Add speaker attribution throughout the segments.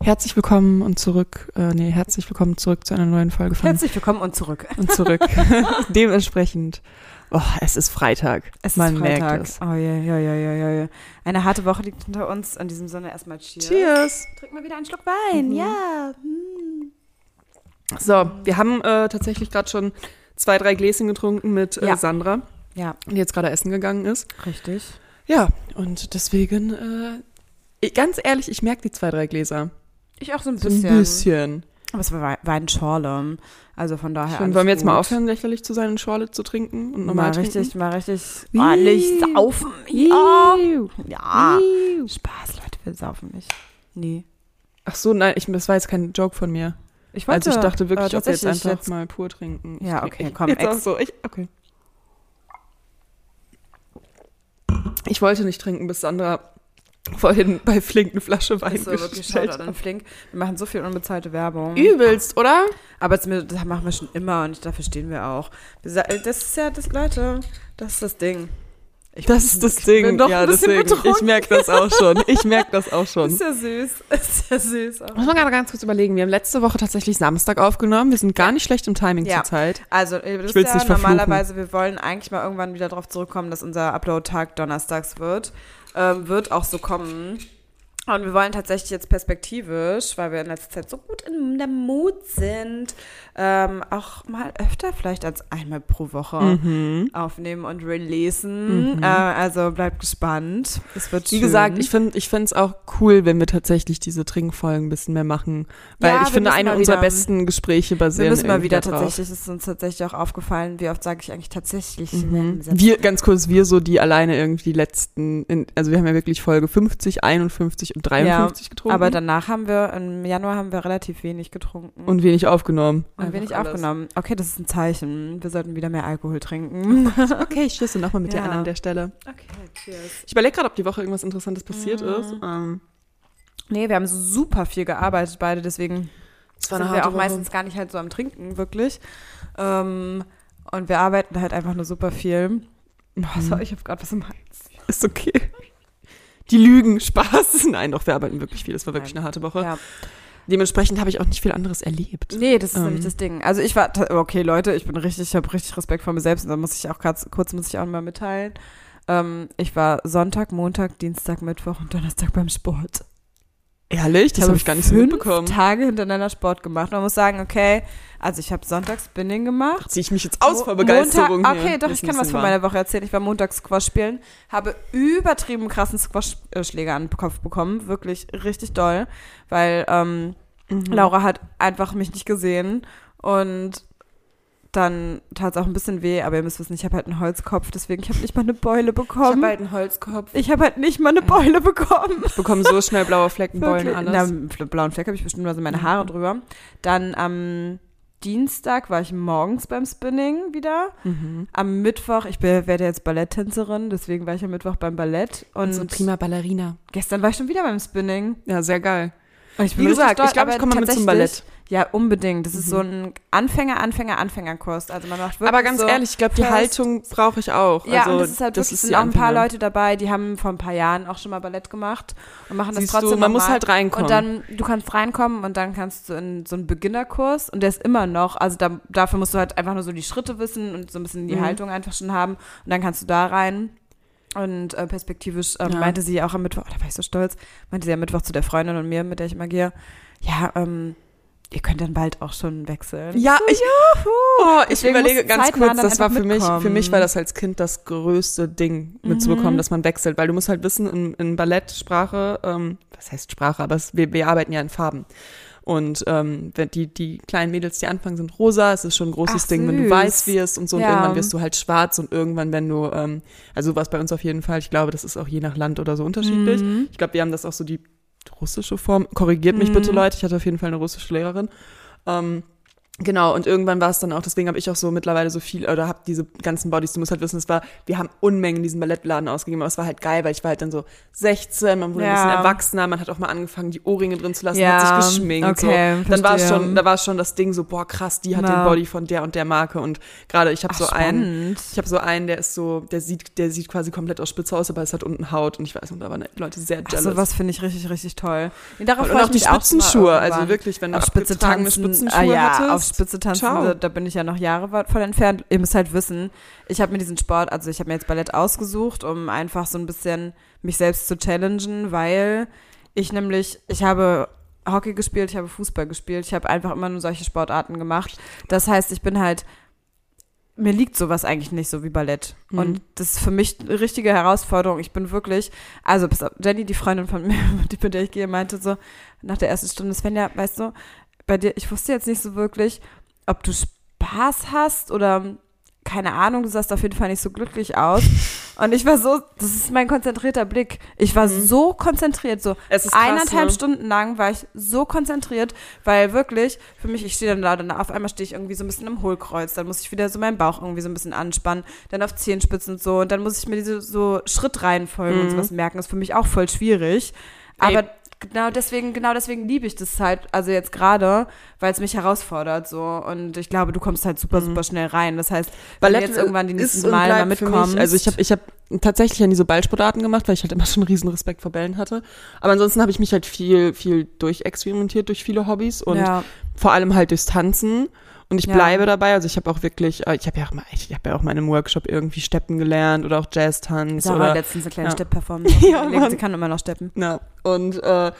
Speaker 1: Herzlich willkommen und zurück, äh, nee, herzlich willkommen zurück zu einer neuen Folge von
Speaker 2: Herzlich willkommen und zurück.
Speaker 1: und zurück. Dementsprechend, oh, es ist Freitag.
Speaker 2: Es
Speaker 1: Man
Speaker 2: ist
Speaker 1: merkt
Speaker 2: Freitag.
Speaker 1: es.
Speaker 2: Oh ja, ja, ja, ja, ja, ja. Eine harte Woche liegt hinter uns. In diesem Sinne erstmal Cheers.
Speaker 1: Cheers! Mhm.
Speaker 2: Trink mal wieder einen Schluck Wein. Ja. Hm.
Speaker 1: So, wir haben äh, tatsächlich gerade schon zwei, drei Gläschen getrunken mit äh,
Speaker 2: Ja.
Speaker 1: Sandra,
Speaker 2: Ja,
Speaker 1: die jetzt gerade essen gegangen ist.
Speaker 2: richtig.
Speaker 1: Ja, und deswegen, äh, ich- ganz ehrlich, ich merke die zwei, drei Gläser.
Speaker 2: Ich auch so ein
Speaker 1: So
Speaker 2: bisschen.
Speaker 1: ein bisschen.
Speaker 2: Aber es war Wei- Weinschorle. Also von daher.
Speaker 1: Schön,
Speaker 2: alles
Speaker 1: wollen wir jetzt
Speaker 2: gut.
Speaker 1: mal aufhören, lächerlich zu sein und Schorle zu trinken und normal
Speaker 2: Mal
Speaker 1: trinken?
Speaker 2: richtig, mal richtig
Speaker 1: Iu.
Speaker 2: ordentlich saufen. Ja. ja. Spaß, Leute, wir saufen nicht. Nee.
Speaker 1: Ach so, nein, ich, das war jetzt kein Joke von mir.
Speaker 2: Ich wollte,
Speaker 1: also ich dachte
Speaker 2: äh,
Speaker 1: wirklich, ob wir jetzt
Speaker 2: tatsächlich
Speaker 1: einfach mal pur trinken.
Speaker 2: Ja,
Speaker 1: Ich-
Speaker 2: okay,
Speaker 1: ich,
Speaker 2: komm,
Speaker 1: Jetzt
Speaker 2: ex-
Speaker 1: auch so, ich, okay. Ich wollte nicht trinken, bis Sandra vorhin bei Flink eine Flasche Wein
Speaker 2: Ist so wirklich
Speaker 1: gestellt
Speaker 2: schade
Speaker 1: hat.
Speaker 2: und flink. Wir machen so viel unbezahlte Werbung.
Speaker 1: Übelst, oder?
Speaker 2: Aber das, mir- das machen wir schon immer und dafür stehen wir auch. Wir sa- äh, Das ist ja das, Leute, das ist das Ding. Ich
Speaker 1: Das ist das Ding.
Speaker 2: bin doch
Speaker 1: ja,
Speaker 2: ein bisschen
Speaker 1: deswegen. Ich
Speaker 2: betrunken.
Speaker 1: merke das auch schon. Ich merke das auch
Speaker 2: Das
Speaker 1: schon.
Speaker 2: ist ja süß. Das ist ja süß. Auch.
Speaker 1: Muss man gerade ganz kurz überlegen. Wir haben letzte Woche tatsächlich Samstag aufgenommen. Wir sind gar nicht schlecht im Timing
Speaker 2: Ja.
Speaker 1: zurzeit.
Speaker 2: Also, ihr wisst
Speaker 1: will's
Speaker 2: ja,
Speaker 1: nicht verfluchen.
Speaker 2: normalerweise, wir wollen eigentlich mal irgendwann wieder darauf zurückkommen, dass unser Upload-Tag donnerstags wird. Ähm, wird auch so kommen. Und wir wollen tatsächlich jetzt perspektivisch, weil wir in letzter Zeit so gut in der Mut sind, ähm, auch mal öfter vielleicht als einmal pro Woche
Speaker 1: Mhm.
Speaker 2: aufnehmen und releasen. Äh, also bleibt gespannt. Es wird
Speaker 1: Wie
Speaker 2: schön.
Speaker 1: gesagt, ich finde es auch cool, wenn wir tatsächlich diese Trinkfolgen ein bisschen mehr machen. Weil
Speaker 2: Ja,
Speaker 1: ich
Speaker 2: wir
Speaker 1: finde,
Speaker 2: müssen
Speaker 1: eine
Speaker 2: mal
Speaker 1: unserer
Speaker 2: wieder-
Speaker 1: besten Gespräche basieren.
Speaker 2: Also wir müssen mal
Speaker 1: irgendwie
Speaker 2: wieder
Speaker 1: darauf.
Speaker 2: tatsächlich, es ist uns tatsächlich auch aufgefallen, wie oft sage ich eigentlich tatsächlich in einem Satz.
Speaker 1: Mhm. Wir, ganz kurz, wir so, die alleine irgendwie die letzten, in, also wir haben ja wirklich Folge 50, 51 und 53 getrunken.
Speaker 2: Aber danach haben wir, im Januar haben wir relativ wenig getrunken.
Speaker 1: und wenig aufgenommen.
Speaker 2: Und wenig
Speaker 1: Einfach alles.
Speaker 2: aufgenommen. Okay, das ist ein Zeichen. Wir sollten wieder mehr Alkohol trinken.
Speaker 1: Oh Okay, ich schließe nochmal mit dir
Speaker 2: Ja.
Speaker 1: an an der Stelle.
Speaker 2: Okay, cheers.
Speaker 1: Ich überlege gerade, ob die Woche irgendwas Interessantes passiert
Speaker 2: Mhm.
Speaker 1: ist. Ähm,
Speaker 2: Nee, wir haben super viel gearbeitet beide, deswegen
Speaker 1: es
Speaker 2: sind wir auch meistens gar nicht halt so am Trinken, wirklich. Ähm, und wir arbeiten halt einfach nur super viel.
Speaker 1: Mhm.
Speaker 2: Boah, sorry, ich habe gerade was im Hals.
Speaker 1: Ist okay. Die Lügen, Spaß. Nein, doch, wir arbeiten wirklich viel. Es war wirklich
Speaker 2: Nein.
Speaker 1: eine harte Woche.
Speaker 2: Ja.
Speaker 1: Dementsprechend habe ich auch nicht viel anderes erlebt.
Speaker 2: Nee, das ist
Speaker 1: Ähm.
Speaker 2: nämlich das Ding. Also ich war, ta- okay Leute, ich bin richtig, ich habe richtig Respekt vor mir selbst und da muss ich auch grad, kurz, muss ich auch mal mitteilen. Ähm, ich war Sonntag, Montag, Dienstag, Mittwoch und Donnerstag beim Sport.
Speaker 1: Ehrlich? Das habe ich gar nicht so
Speaker 2: fünf
Speaker 1: mitbekommen.
Speaker 2: Tage hintereinander Sport gemacht. Man muss sagen, okay, also ich habe Sonntags Spinning gemacht.
Speaker 1: Ziehe ich mich jetzt aus
Speaker 2: Mo-
Speaker 1: vor Begeisterung.
Speaker 2: Montag, okay,
Speaker 1: hier.
Speaker 2: doch,
Speaker 1: Das ist
Speaker 2: ich
Speaker 1: ein
Speaker 2: kann was
Speaker 1: bisschen
Speaker 2: von
Speaker 1: wahr.
Speaker 2: meiner Woche erzählen. Ich war Montag Squash spielen, habe übertrieben krassen Squash-Schläger an den Kopf bekommen. Wirklich richtig doll, weil ähm,
Speaker 1: Mhm.
Speaker 2: Laura hat einfach mich nicht gesehen und dann tat es auch ein bisschen weh, aber ihr müsst wissen, ich habe halt einen Holzkopf, deswegen ich habe nicht mal eine Beule
Speaker 1: Ich habe
Speaker 2: bekommen.
Speaker 1: halt einen Holzkopf.
Speaker 2: Ich habe halt nicht mal eine Beule bekommen.
Speaker 1: Ich bekomme so schnell blaue Flecken, Beulen,
Speaker 2: Wirklich?
Speaker 1: alles.
Speaker 2: Na, einen fl- blauen Fleck habe ich bestimmt, also meine Haare drüber. Dann am Dienstag war ich morgens beim Spinning wieder.
Speaker 1: Mhm.
Speaker 2: Am Mittwoch, ich be- werde jetzt Balletttänzerin, deswegen war ich am Mittwoch beim Ballett. Und
Speaker 1: Unsere prima Ballerina.
Speaker 2: gestern war ich schon wieder beim Spinning.
Speaker 1: Ja, sehr geil.
Speaker 2: Und ich
Speaker 1: Wie
Speaker 2: richtig
Speaker 1: gesagt,
Speaker 2: stolz,
Speaker 1: ich glaube, ich
Speaker 2: aber
Speaker 1: komme mal mit zum
Speaker 2: tatsächlich-
Speaker 1: Ballett.
Speaker 2: Ja, unbedingt. Das ist so ein Anfänger, Anfänger, Anfängerkurs. Also man macht wirklich
Speaker 1: Mhm. Aber ganz
Speaker 2: so
Speaker 1: ehrlich, ich glaube, die
Speaker 2: first-
Speaker 1: Haltung brauche ich auch.
Speaker 2: Ja,
Speaker 1: also,
Speaker 2: und das ist halt wirklich,
Speaker 1: ist
Speaker 2: sind
Speaker 1: die
Speaker 2: auch ein paar
Speaker 1: Anfänger.
Speaker 2: Leute dabei, die haben vor ein paar Jahren auch schon mal Ballett gemacht und machen das
Speaker 1: Siehst
Speaker 2: trotzdem
Speaker 1: du, man muss
Speaker 2: nochmal.
Speaker 1: halt reinkommen.
Speaker 2: Und dann, du kannst reinkommen und dann kannst du in so einen Beginnerkurs und der ist immer noch, also da, dafür musst du halt einfach nur so die Schritte wissen und so ein bisschen die
Speaker 1: Mhm.
Speaker 2: Haltung einfach schon haben und dann kannst du da rein. Und äh, perspektivisch ähm,
Speaker 1: Ja.
Speaker 2: meinte sie auch am Mittwoch, oh, da war ich so stolz, meinte sie am Mittwoch zu der Freundin und mir, mit der ich immer gehe, ja, ähm, ihr könnt dann bald auch schon wechseln.
Speaker 1: Ja, ich, oh, ich
Speaker 2: Deswegen
Speaker 1: überlege
Speaker 2: musst du
Speaker 1: ganz
Speaker 2: zeitnah
Speaker 1: kurz,
Speaker 2: dann
Speaker 1: das war
Speaker 2: einfach
Speaker 1: für mich, für
Speaker 2: mitkommen. Mhm.
Speaker 1: mich war das als Kind das größte Ding mitzubekommen, dass man wechselt, weil du musst halt wissen, in, in Ballettsprache, ähm, was heißt Sprache, aber es, wir, wir arbeiten ja in Farben. Und ähm, wenn die, die kleinen Mädels, die anfangen, sind rosa, es ist schon ein großes
Speaker 2: Ach,
Speaker 1: Ding, wenn du
Speaker 2: süß.
Speaker 1: weiß wirst und so, und
Speaker 2: Ja.
Speaker 1: irgendwann wirst du halt schwarz und irgendwann, wenn du, ähm, also was bei uns auf jeden Fall, ich glaube, das ist auch je nach Land oder so unterschiedlich.
Speaker 2: Mhm.
Speaker 1: Ich glaube, wir haben das auch so die
Speaker 2: Mhm.
Speaker 1: russische Form, korrigiert mich bitte Leute, ich hatte auf jeden Fall eine russische Lehrerin. Ähm, Genau, und irgendwann war es dann auch, deswegen habe ich auch so mittlerweile so viel, oder habe diese ganzen Bodies, du musst halt wissen, es war, wir haben Unmengen in diesem Ballettladen ausgegeben, aber es war halt geil, weil ich war halt dann so 16, man wurde ein
Speaker 2: Ja.
Speaker 1: bisschen erwachsener, man hat auch mal angefangen, die Ohrringe drin zu lassen,
Speaker 2: Ja,
Speaker 1: hat sich geschminkt.
Speaker 2: okay,
Speaker 1: so. Dann war es
Speaker 2: verstehe.
Speaker 1: schon, da war es schon das Ding so, boah, krass, die hat
Speaker 2: Ja.
Speaker 1: den Body von der und der Marke. Und gerade ich habe
Speaker 2: Ach,
Speaker 1: so einen,
Speaker 2: spannend.
Speaker 1: ich habe so einen, der ist so, der sieht, der sieht quasi komplett aus Spitze aus, aber es hat unten Haut und ich weiß nicht, da waren halt Leute sehr jealous.
Speaker 2: Also was finde ich richtig, richtig toll. Nee, darauf
Speaker 1: und
Speaker 2: freue
Speaker 1: auch
Speaker 2: ich
Speaker 1: die
Speaker 2: mich mal
Speaker 1: Spitzenschuhe, also
Speaker 2: irgendwann.
Speaker 1: wirklich, wenn du
Speaker 2: auf Spitze
Speaker 1: abgetragene
Speaker 2: tanzen, ah,
Speaker 1: Spitzenschuhe
Speaker 2: ja,
Speaker 1: hattest.
Speaker 2: auf Spitze tanzen,
Speaker 1: ciao.
Speaker 2: da, da bin ich ja noch Jahre wa- von entfernt. Ihr müsst halt wissen, ich habe mir diesen Sport, also ich habe mir jetzt Ballett ausgesucht, um einfach so ein bisschen mich selbst zu challengen, weil ich nämlich, ich habe Hockey gespielt, ich habe Fußball gespielt, ich habe einfach immer nur solche Sportarten gemacht. Das heißt, ich bin halt mir liegt sowas eigentlich nicht so wie Ballett. Und das ist für mich eine richtige Herausforderung. Ich bin wirklich, also pass auf, Jenny, die Freundin von mir, die, mit der ich gehe, meinte so nach der ersten Stunde, Svenja, weißt du, bei dir, ich wusste jetzt nicht so wirklich, ob du Spaß hast oder keine Ahnung, du sahst auf jeden Fall nicht so glücklich aus. Und ich war so, das ist mein konzentrierter Blick. Ich war so konzentriert, so
Speaker 1: Es ist krass,
Speaker 2: eineinhalb
Speaker 1: ne?
Speaker 2: Stunden lang war ich so konzentriert, weil wirklich für mich, ich stehe dann da, dann auf einmal stehe ich irgendwie so ein bisschen im Hohlkreuz, dann muss ich wieder so meinen Bauch irgendwie so ein bisschen anspannen, dann auf Zehenspitzen und so und dann muss ich mir diese so Schrittreihenfolgen
Speaker 1: Mhm.
Speaker 2: und sowas merken, ist für mich auch voll schwierig. Aber genau deswegen, genau deswegen liebe ich das halt, also jetzt gerade, weil es mich herausfordert so und ich glaube, du kommst halt super, super schnell rein. Das heißt, wenn du jetzt irgendwann die
Speaker 1: Mhm. ist
Speaker 2: nächsten
Speaker 1: und
Speaker 2: Mal mal
Speaker 1: bleibt für
Speaker 2: mitkommst.
Speaker 1: Mich. Also ich habe ich hab tatsächlich an diese Ballsportarten gemacht, weil ich halt immer schon einen riesen Respekt vor Bällen hatte. Aber ansonsten habe ich mich halt viel, viel durchexperimentiert durch viele Hobbys und
Speaker 2: Ja.
Speaker 1: vor allem halt durchs Tanzen. Und ich
Speaker 2: Ja.
Speaker 1: bleibe dabei. Also ich habe auch wirklich, äh, ich habe ja auch mal, ich habe ja auch mal in einem Workshop irgendwie Steppen gelernt oder auch Jazztanz
Speaker 2: Sarah
Speaker 1: oder
Speaker 2: hat letztens eine kleine
Speaker 1: ja.
Speaker 2: Stepp-Performance.
Speaker 1: Ja,
Speaker 2: aufgelegt.
Speaker 1: Mann.
Speaker 2: Sie kann immer noch steppen.
Speaker 1: Ja, und äh,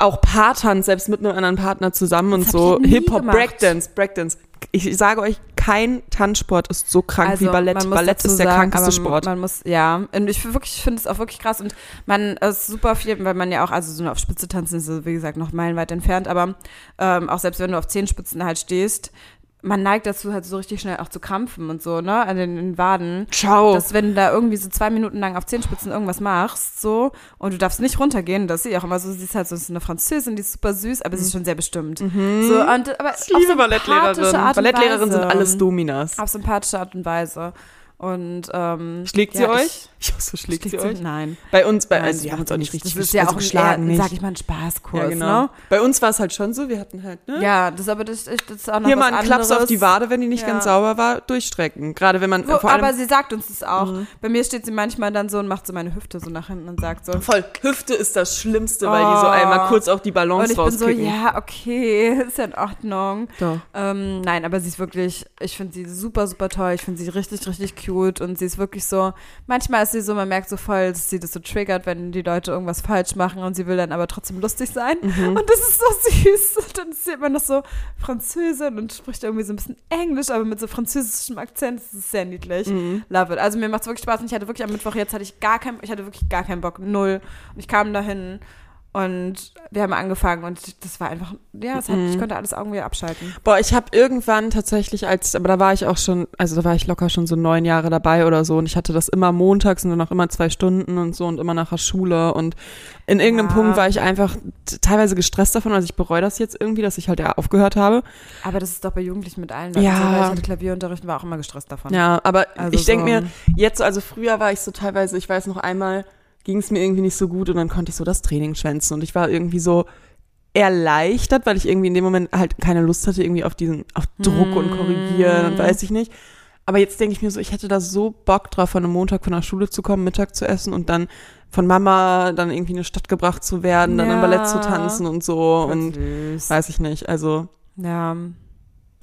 Speaker 1: auch Paartanz, selbst mit einem anderen Partner zusammen und
Speaker 2: Das hab
Speaker 1: so.
Speaker 2: ich nie
Speaker 1: Hip-Hop,
Speaker 2: gemacht.
Speaker 1: Breakdance, Breakdance. Ich sage euch, kein Tanzsport ist so krank wie Ballett.
Speaker 2: Also man muss
Speaker 1: Ballett
Speaker 2: dazu
Speaker 1: ist der
Speaker 2: sagen,
Speaker 1: krankeste
Speaker 2: aber
Speaker 1: Sport.
Speaker 2: Man muss, ja, und ich wirklich ich finde es auch wirklich krass und man ist super viel, weil man ja auch, also so auf Spitze tanzen ist, wie gesagt, noch meilenweit entfernt, aber ähm, auch selbst wenn du auf Zehenspitzen halt stehst, man neigt dazu halt so richtig schnell auch zu krampfen und so, ne, an den, den Waden.
Speaker 1: Ciao.
Speaker 2: Dass wenn du da irgendwie so zwei Minuten lang auf Zehenspitzen irgendwas machst, so, und du darfst nicht runtergehen, das sehe ich auch immer so, sie ist halt so ist eine Französin, die ist super süß, aber sie ist schon sehr bestimmt. So, und, aber
Speaker 1: Mhm. ich liebe
Speaker 2: auf sympathische
Speaker 1: Ballettlehrerinnen.
Speaker 2: Art und
Speaker 1: Ballettlehrerinnen sind
Speaker 2: Weise.
Speaker 1: alles Dominas.
Speaker 2: Auf sympathische Art und Weise. Und ähm,
Speaker 1: Schlägt sie
Speaker 2: ja,
Speaker 1: euch? Ich, hoffe, schlägt, sie euch?
Speaker 2: Nein.
Speaker 1: Bei uns, bei,
Speaker 2: Nein,
Speaker 1: also
Speaker 2: sie
Speaker 1: wir haben uns auch nicht richtig
Speaker 2: Das ist ja
Speaker 1: also
Speaker 2: auch
Speaker 1: geschlagen.
Speaker 2: ein, eher,
Speaker 1: Nicht.
Speaker 2: sag ich mal, ein Spaßkurs,
Speaker 1: ja, genau. Bei uns war es halt schon so, wir hatten halt, ne?
Speaker 2: ne? Ja, das ist aber das, das ist auch noch
Speaker 1: Hier
Speaker 2: was
Speaker 1: mal einen
Speaker 2: anderes.
Speaker 1: Klaps auf die Wade, wenn die nicht
Speaker 2: Ja.
Speaker 1: ganz sauber war, durchstrecken. Gerade wenn man
Speaker 2: Wo,
Speaker 1: äh, vor allem Hm.
Speaker 2: aber sie sagt uns das auch. Bei mir steht sie manchmal dann so und macht so meine Hüfte so nach hinten und sagt so.
Speaker 1: Voll, Hüfte ist das Schlimmste, weil die so
Speaker 2: Oh.
Speaker 1: einmal kurz auch die
Speaker 2: Und
Speaker 1: Balance
Speaker 2: ich bin so,
Speaker 1: rauskicken.
Speaker 2: ja, okay, ist ja in Ordnung.
Speaker 1: Doch.
Speaker 2: Ähm, nein, aber sie ist wirklich, ich finde sie super, super toll. Ich finde sie richtig, richtig cute. Und sie ist wirklich so, manchmal ist sie so, man merkt so voll, dass sie das so triggert, wenn die Leute irgendwas falsch machen und sie will dann aber trotzdem lustig sein. Und das ist so süß. Und dann ist sie immer noch so Französin und spricht irgendwie so ein bisschen Englisch, aber mit so französischem Akzent. Das ist sehr niedlich. Love it. Also mir macht es wirklich Spaß. Und ich hatte wirklich am Mittwoch jetzt hatte ich gar keinen, ich hatte wirklich gar keinen Bock. Null. Und ich kam dahin. Und wir haben angefangen und das war einfach, ja, es hat, ich konnte alles irgendwie abschalten.
Speaker 1: Boah, ich habe irgendwann tatsächlich als, aber da war ich auch schon, also da war ich locker schon so neun Jahre dabei oder so und ich hatte das immer montags und dann auch immer zwei Stunden und so und immer nachher Schule und in irgendeinem
Speaker 2: Ja.
Speaker 1: Punkt war ich einfach t- teilweise gestresst davon, also ich bereue das jetzt irgendwie, dass ich halt ja aufgehört habe.
Speaker 2: Aber das ist doch bei Jugendlichen mit allen.
Speaker 1: Ja.
Speaker 2: Ja. Also, weil ich hatte Klavierunterricht und war auch immer gestresst davon.
Speaker 1: Ja, aber
Speaker 2: Also
Speaker 1: ich denke
Speaker 2: so-
Speaker 1: mir, jetzt, so- also früher war ich so teilweise, ich weiß noch einmal, ging es mir irgendwie nicht so gut und dann konnte ich so das Training schwänzen und ich war irgendwie so erleichtert, weil ich irgendwie in dem Moment halt keine Lust hatte, irgendwie auf diesen, auf Druck und korrigieren
Speaker 2: Hm.
Speaker 1: und weiß ich nicht. Aber jetzt denke ich mir so, ich hätte da so Bock drauf, von einem Montag von der Schule zu kommen, Mittag zu essen und dann von Mama dann irgendwie in eine Stadt gebracht zu werden, dann im
Speaker 2: Ja.
Speaker 1: Ballett zu tanzen und so
Speaker 2: Voll
Speaker 1: und
Speaker 2: süß.
Speaker 1: weiß ich nicht. Also,
Speaker 2: Ja,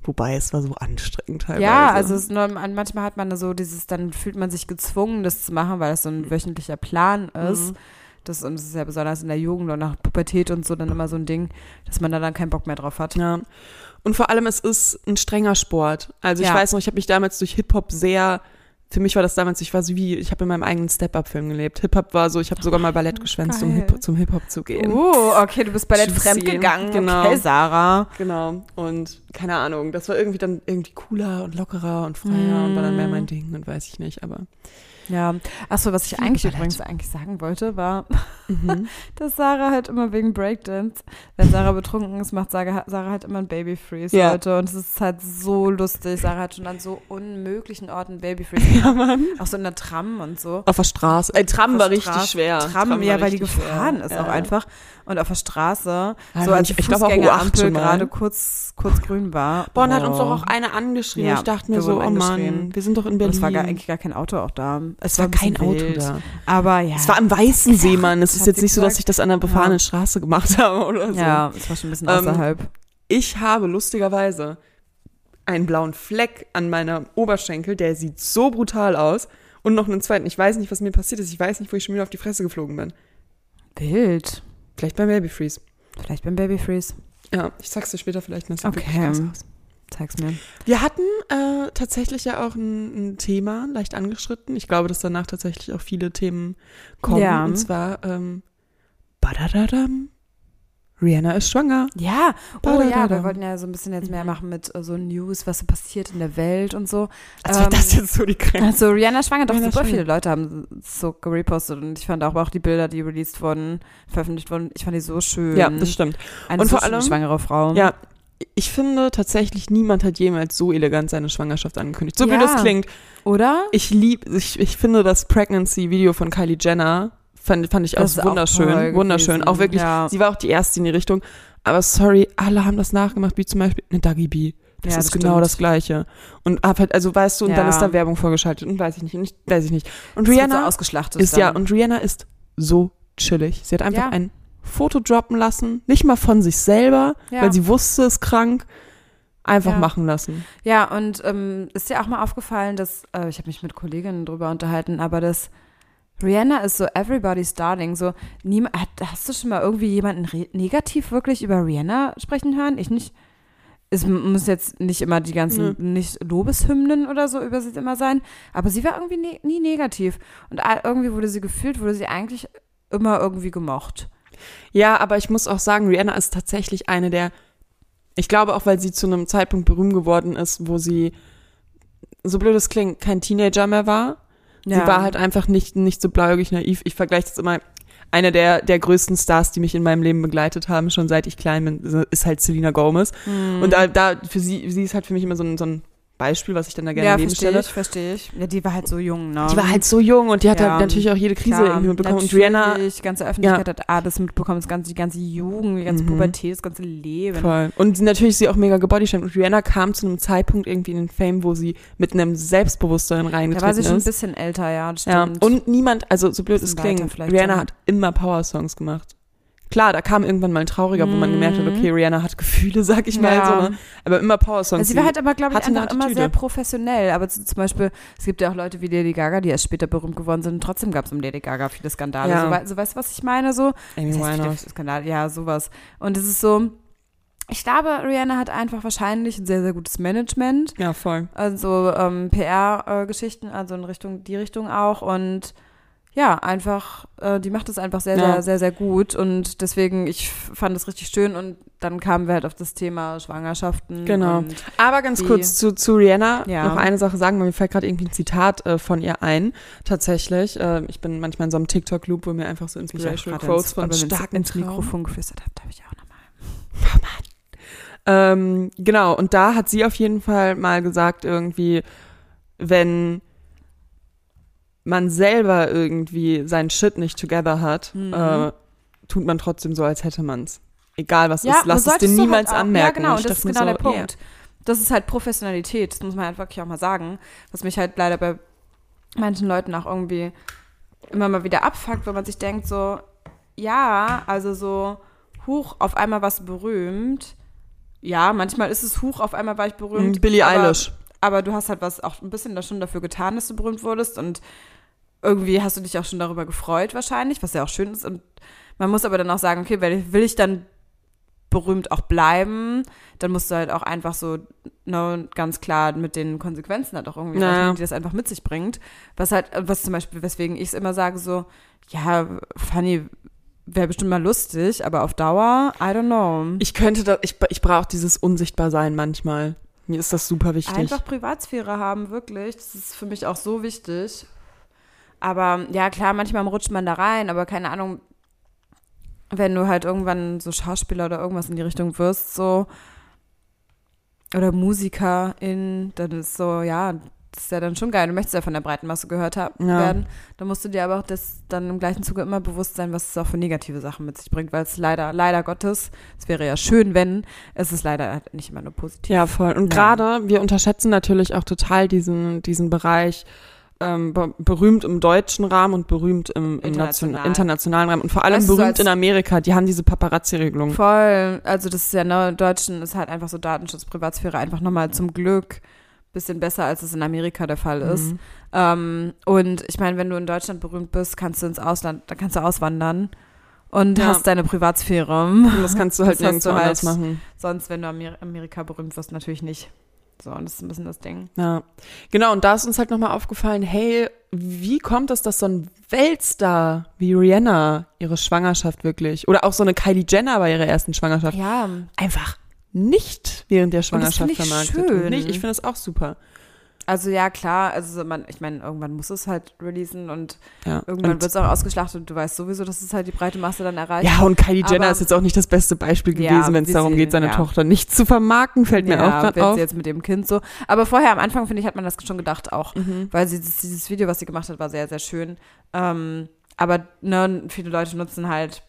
Speaker 1: wobei es war so anstrengend teilweise.
Speaker 2: ja also es ist nur, an- manchmal hat man so dieses, dann fühlt man sich gezwungen, das zu machen, weil das so
Speaker 1: Mhm.
Speaker 2: ein wöchentlicher Plan ist. Das, und das ist ja besonders in der Jugend und nach Pubertät und so dann immer so ein Ding, dass man da dann keinen Bock mehr drauf hat.
Speaker 1: Ja. Und vor allem, es ist ein strenger Sport. Also ich
Speaker 2: Ja.
Speaker 1: weiß noch, ich habe mich damals durch Hip-Hop sehr, für mich war das damals, ich war so wie, ich habe in meinem eigenen Step-Up-Film gelebt. Hip-Hop war so, ich habe sogar mal Ballett geschwänzt, um
Speaker 2: Oh, geil.
Speaker 1: Hip zum Hip-Hop zu gehen.
Speaker 2: Oh, Uh, okay, du bist Ballett
Speaker 1: Juicy.
Speaker 2: fremdgegangen.
Speaker 1: Genau.
Speaker 2: Okay, Sarah.
Speaker 1: Genau. Und keine Ahnung, das war irgendwie dann irgendwie cooler und lockerer und freier und war dann mehr
Speaker 2: Mm.
Speaker 1: mein Ding und weiß ich nicht, aber
Speaker 2: Ja, achso, was ich
Speaker 1: Liebe
Speaker 2: eigentlich
Speaker 1: Ballett.
Speaker 2: übrigens eigentlich sagen wollte, war, Mhm. dass Sarah halt immer wegen Breakdance, wenn Sarah betrunken ist, macht Sarah, Sarah halt immer ein Babyfreeze,
Speaker 1: Ja.
Speaker 2: Leute. Und es ist halt so lustig. Sarah hat schon an so unmöglichen Orten Babyfreeze.
Speaker 1: ja, Mann.
Speaker 2: Auch so in der Tram und so.
Speaker 1: Auf der Straße. Äh, Tram
Speaker 2: Auf
Speaker 1: war
Speaker 2: der
Speaker 1: richtig
Speaker 2: Straße-
Speaker 1: schwer.
Speaker 2: Tram, ja,
Speaker 1: war
Speaker 2: weil die
Speaker 1: richtig
Speaker 2: gefahren
Speaker 1: schwer.
Speaker 2: ist
Speaker 1: Ja,
Speaker 2: auch
Speaker 1: ja.
Speaker 2: einfach. Und auf der Straße,
Speaker 1: Ja,
Speaker 2: so als
Speaker 1: ich-
Speaker 2: die
Speaker 1: ich glaub auch U8
Speaker 2: Fußgängerampel
Speaker 1: schon mal.
Speaker 2: gerade kurz, kurz grün war. Oh.
Speaker 1: Bonn hat uns
Speaker 2: Wow.
Speaker 1: doch auch eine angeschrieben.
Speaker 2: Ja,
Speaker 1: ich dachte
Speaker 2: wir
Speaker 1: mir so,
Speaker 2: wurden
Speaker 1: oh Mann,
Speaker 2: angeschrieben.
Speaker 1: wir sind doch in
Speaker 2: Und
Speaker 1: Berlin.
Speaker 2: es war gar, eigentlich gar kein Auto auch da.
Speaker 1: Es war
Speaker 2: ein bisschen
Speaker 1: kein Auto
Speaker 2: wild.
Speaker 1: da.
Speaker 2: Aber ja.
Speaker 1: Es war am Weißen See, Mann. Es ist
Speaker 2: hat
Speaker 1: jetzt
Speaker 2: sie
Speaker 1: nicht so, dass
Speaker 2: gesagt.
Speaker 1: ich das an einer befahrenen Straße gemacht habe oder so.
Speaker 2: ja, es war schon ein bisschen
Speaker 1: Ähm,
Speaker 2: außerhalb.
Speaker 1: Ich habe lustigerweise einen blauen Fleck an meinem Oberschenkel, der sieht so brutal aus. Und noch einen zweiten. Ich weiß nicht, was mir passiert ist. Ich weiß nicht, wo ich schon wieder auf die Fresse geflogen bin.
Speaker 2: Wild.
Speaker 1: Vielleicht beim Baby Freeze.
Speaker 2: Vielleicht beim Babyfreeze.
Speaker 1: Ja, ich sag's dir später vielleicht. Das sieht
Speaker 2: Okay.
Speaker 1: wirklich krass aus.
Speaker 2: Zeig's mir.
Speaker 1: Wir hatten äh, tatsächlich ja auch ein, ein Thema leicht angeschritten. Ich glaube, dass danach tatsächlich auch viele Themen kommen.
Speaker 2: Ja.
Speaker 1: Und zwar ähm, badadadam, Rihanna ist schwanger.
Speaker 2: Ja, oh
Speaker 1: Badadadam.
Speaker 2: ja, wir wollten ja so ein bisschen jetzt mehr
Speaker 1: Mhm.
Speaker 2: machen mit äh, so News, was so passiert in der Welt und so.
Speaker 1: Als wäre
Speaker 2: Ähm,
Speaker 1: das jetzt so die Kränke.
Speaker 2: Also Rihanna schwanger, doch
Speaker 1: Rihanna
Speaker 2: super
Speaker 1: schwanger.
Speaker 2: viele Leute haben so gerepostet und ich fand auch, auch die Bilder, die released wurden, veröffentlicht wurden, ich fand die so schön.
Speaker 1: Ja, das stimmt.
Speaker 2: Eine
Speaker 1: und
Speaker 2: so
Speaker 1: vor
Speaker 2: schöne
Speaker 1: allem-
Speaker 2: schwangere Frau.
Speaker 1: Ja, ich finde tatsächlich, niemand hat jemals so elegant seine Schwangerschaft angekündigt. So
Speaker 2: Ja.
Speaker 1: wie das klingt.
Speaker 2: Oder?
Speaker 1: Ich lieb, ich, ich finde das Pregnancy-Video von Kylie Jenner fand, fand ich auch
Speaker 2: ist auch
Speaker 1: wunderschön.
Speaker 2: toll
Speaker 1: wunderschön.
Speaker 2: gewesen.
Speaker 1: Auch wirklich,
Speaker 2: Ja.
Speaker 1: sie war auch die erste in die Richtung. Aber sorry, alle haben das nachgemacht, wie zum Beispiel eine Dagi B. Das
Speaker 2: Ja,
Speaker 1: ist
Speaker 2: das
Speaker 1: genau
Speaker 2: stimmt.
Speaker 1: das Gleiche. Und ab halt, also weißt du, und dann
Speaker 2: Ja.
Speaker 1: ist da Werbung vorgeschaltet und weiß ich nicht, und ich, weiß ich nicht. Und
Speaker 2: Das wird so
Speaker 1: Rihanna
Speaker 2: ausgeschlachtet
Speaker 1: ist
Speaker 2: dann.
Speaker 1: ja, und Rihanna ist so chillig. Sie hat einfach
Speaker 2: Ja.
Speaker 1: ein Foto droppen lassen, nicht mal von sich selber,
Speaker 2: Ja.
Speaker 1: weil sie wusste, es ist krank. Einfach
Speaker 2: Ja.
Speaker 1: machen lassen.
Speaker 2: Ja, und ähm, ist dir auch mal aufgefallen, dass, äh, ich habe mich mit Kolleginnen drüber unterhalten, aber dass Rihanna ist so everybody's darling, so niemand, hat, hast du schon mal irgendwie jemanden re- negativ wirklich über Rihanna sprechen hören? Ich nicht. Es m- muss jetzt nicht immer die ganzen, nicht Lobeshymnen oder so über sie immer sein, aber sie war irgendwie ne nie negativ. Und all- irgendwie wurde sie gefühlt, wurde sie eigentlich immer irgendwie gemocht.
Speaker 1: Ja, aber ich muss auch sagen, Rihanna ist tatsächlich eine der, ich glaube auch, weil sie zu einem Zeitpunkt berühmt geworden ist, wo sie, so blöd es klingt, kein Teenager mehr war. Sie war halt einfach nicht, nicht so blauäugig naiv. Ich vergleiche das immer. Einer der, der größten Stars, die mich in meinem Leben begleitet haben, schon seit ich klein bin, ist halt Selena Gomez.
Speaker 2: Hm.
Speaker 1: Und da, da für sie, sie ist halt für mich immer so ein, so ein Beispiel, was ich dann da gerne
Speaker 2: ja,
Speaker 1: daneben
Speaker 2: verstehe
Speaker 1: stelle.
Speaker 2: ich, verstehe ich. Ja, die war halt so jung, ne?
Speaker 1: Die war halt so jung und die hat
Speaker 2: Ja,
Speaker 1: halt natürlich auch jede Krise
Speaker 2: Klar,
Speaker 1: irgendwie mitbekommen. Und
Speaker 2: natürlich,
Speaker 1: Rihanna,
Speaker 2: Die ganze Öffentlichkeit hat alles mitbekommen, das ganze, die ganze Jugend, die ganze
Speaker 1: Mhm.
Speaker 2: Pubertät, das ganze Leben.
Speaker 1: Voll. Und sie- natürlich sie auch mega gebodyshamed. Und Rihanna kam zu einem Zeitpunkt irgendwie in den Fame, wo sie mit einem Selbstbewusstsein
Speaker 2: Da
Speaker 1: reingetreten
Speaker 2: war sie schon ein
Speaker 1: ist.
Speaker 2: bisschen älter, ja, das
Speaker 1: Ja.
Speaker 2: stimmt.
Speaker 1: Und niemand, also so blöd es
Speaker 2: Bisschen weiter
Speaker 1: klingt,
Speaker 2: vielleicht
Speaker 1: Rihanna
Speaker 2: dann.
Speaker 1: hat immer Power-Songs gemacht. Klar, da kam irgendwann mal ein trauriger, wo man gemerkt hat, okay, Rihanna hat Gefühle, sag ich mal
Speaker 2: Ja.
Speaker 1: so, ne? Aber immer Power-Songs.
Speaker 2: also sie war halt aber, glaube ich,
Speaker 1: hatte eine
Speaker 2: einfach immer
Speaker 1: Attitüde.
Speaker 2: sehr professionell. Aber z- zum Beispiel, es gibt ja auch Leute wie Lady Gaga, die erst später berühmt geworden sind. Und trotzdem gab es um Lady Gaga viele Skandale.
Speaker 1: Ja.
Speaker 2: So, wei- so weißt du, was ich meine? So,
Speaker 1: Amy
Speaker 2: Das heißt, viele
Speaker 1: Winehouse.
Speaker 2: Skandale, ja, sowas. Und es ist so, ich glaube, Rihanna hat einfach wahrscheinlich ein sehr, sehr gutes Management.
Speaker 1: Ja, voll.
Speaker 2: Also ähm, PR-Geschichten, also in Richtung, die Richtung auch. Und ja, einfach, äh, die macht es einfach sehr,
Speaker 1: Ja.
Speaker 2: sehr, sehr, sehr gut. Und deswegen, ich f- fand es richtig schön. Und dann kamen wir halt auf das Thema Schwangerschaften.
Speaker 1: Genau.
Speaker 2: Und,
Speaker 1: Aber ganz
Speaker 2: Die-
Speaker 1: kurz zu, zu Rihanna
Speaker 2: Ja.
Speaker 1: noch eine Sache sagen, weil mir fällt gerade irgendwie ein Zitat äh, von ihr ein. Tatsächlich, äh, ich bin manchmal in so einem TikTok-Loop, wo mir einfach so
Speaker 2: ich auch
Speaker 1: Inspirational
Speaker 2: gerade
Speaker 1: Quotes
Speaker 2: ins,
Speaker 1: von
Speaker 2: aber ins,
Speaker 1: starken
Speaker 2: ins
Speaker 1: Frauen-
Speaker 2: Mikrofon geflüstert habe, darf ich auch nochmal.
Speaker 1: Ähm, genau, und da hat sie auf jeden Fall mal gesagt, irgendwie, wenn man selber irgendwie seinen Shit nicht together hat,
Speaker 2: Mhm.
Speaker 1: äh, tut man trotzdem so, als hätte man's. Egal was ist, lass es dir
Speaker 2: solltest du
Speaker 1: niemals
Speaker 2: halt auch-
Speaker 1: anmerken.
Speaker 2: Ja, genau,
Speaker 1: ich
Speaker 2: und das ist
Speaker 1: dachte mir
Speaker 2: genau der
Speaker 1: so, yeah.
Speaker 2: Punkt. Das ist halt Professionalität, das muss man halt wirklich auch mal sagen. Was mich halt leider bei manchen Leuten auch irgendwie immer mal wieder abfuckt, wenn man sich denkt, so, ja, also so, huch, auf einmal warst du berühmt. Ja, manchmal ist es huch, auf einmal war ich berühmt.
Speaker 1: Mm, Billie
Speaker 2: aber,
Speaker 1: Eilish.
Speaker 2: Aber du hast halt was auch ein bisschen da schon dafür getan, dass du berühmt wurdest und irgendwie hast du dich auch schon darüber gefreut wahrscheinlich, was ja auch schön ist. Und man muss aber dann auch sagen, okay, will will ich dann berühmt auch bleiben, dann musst du halt auch einfach so ne, ganz klar mit den Konsequenzen halt auch irgendwie
Speaker 1: Naja.
Speaker 2: rechnen, die das einfach mit sich bringt. Was halt, was zum Beispiel, weswegen ich es immer sage, so, ja, funny, wäre bestimmt mal lustig, aber auf Dauer, I don't know.
Speaker 1: Ich könnte das, ich, ich brauche dieses Unsichtbarsein manchmal. Mir ist das super wichtig.
Speaker 2: Einfach Privatsphäre haben, wirklich. Das ist für mich auch so wichtig. Aber ja, klar, manchmal rutscht man da rein, aber keine Ahnung, wenn du halt irgendwann so Schauspieler oder irgendwas in die Richtung wirst, so oder Musikerin, dann ist so, ja, das ist ja dann schon geil. Du möchtest ja von der breiten Masse gehört hab,
Speaker 1: Ja.
Speaker 2: werden. Dann musst du dir aber auch das dann im gleichen Zuge immer bewusst sein, was es auch für negative Sachen mit sich bringt, weil es leider, leider Gottes, es wäre ja schön, wenn, es ist leider halt nicht immer nur positiv.
Speaker 1: Ja, voll. Und
Speaker 2: Ja.
Speaker 1: gerade, wir unterschätzen natürlich auch total diesen, diesen Bereich ähm, be berühmt im deutschen Rahmen und berühmt im, im
Speaker 2: International.
Speaker 1: nation- internationalen Rahmen und vor allem
Speaker 2: Weißt du, so
Speaker 1: berühmt
Speaker 2: als-
Speaker 1: in Amerika. Die haben diese Paparazzi-Regelung.
Speaker 2: Voll. Also das ist ja ne, in Deutschen ist halt einfach so Datenschutz, Privatsphäre einfach nochmal zum Glück bisschen besser, als es in Amerika der Fall ist.
Speaker 1: Mhm.
Speaker 2: Ähm, und ich meine, wenn du in Deutschland berühmt bist, kannst du ins Ausland, da kannst du auswandern und
Speaker 1: Ja.
Speaker 2: hast deine Privatsphäre.
Speaker 1: Und das kannst du halt
Speaker 2: Das hast
Speaker 1: nirgendwo
Speaker 2: du halt-
Speaker 1: anders machen.
Speaker 2: Sonst, wenn du Amer Amerika berühmt wirst, natürlich nicht. So, und das ist ein bisschen das Ding.
Speaker 1: Ja. Genau, und da ist uns halt nochmal aufgefallen, hey, wie kommt es, dass so ein Weltstar wie Rihanna ihre Schwangerschaft wirklich, oder auch so eine Kylie Jenner bei ihrer ersten Schwangerschaft,
Speaker 2: Ja,
Speaker 1: einfach nicht während der Schwangerschaft
Speaker 2: finde ich
Speaker 1: vermarktet.
Speaker 2: schön.
Speaker 1: Und Nicht, ich finde das auch super.
Speaker 2: also ja, klar, also man, ich meine, irgendwann muss es halt releasen und
Speaker 1: Ja.
Speaker 2: irgendwann
Speaker 1: Und-
Speaker 2: wird es auch ausgeschlachtet und du weißt sowieso, dass es halt die breite Masse dann erreicht.
Speaker 1: Ja, und Kylie Jenner
Speaker 2: Aber-
Speaker 1: ist jetzt auch nicht das beste Beispiel
Speaker 2: Ja,
Speaker 1: gewesen, wenn es
Speaker 2: wir
Speaker 1: darum
Speaker 2: sehen,
Speaker 1: geht, seine
Speaker 2: ja.
Speaker 1: Tochter nicht zu vermarkten, fällt mir auch
Speaker 2: wenn
Speaker 1: gerade
Speaker 2: sie
Speaker 1: auf.
Speaker 2: jetzt mit dem Kind so. Aber vorher am Anfang, finde ich, hat man das schon gedacht auch.
Speaker 1: Mhm.
Speaker 2: Weil sie, dieses, dieses Video, was sie gemacht hat, war sehr, sehr schön. Ähm, aber ne, viele Leute nutzen halt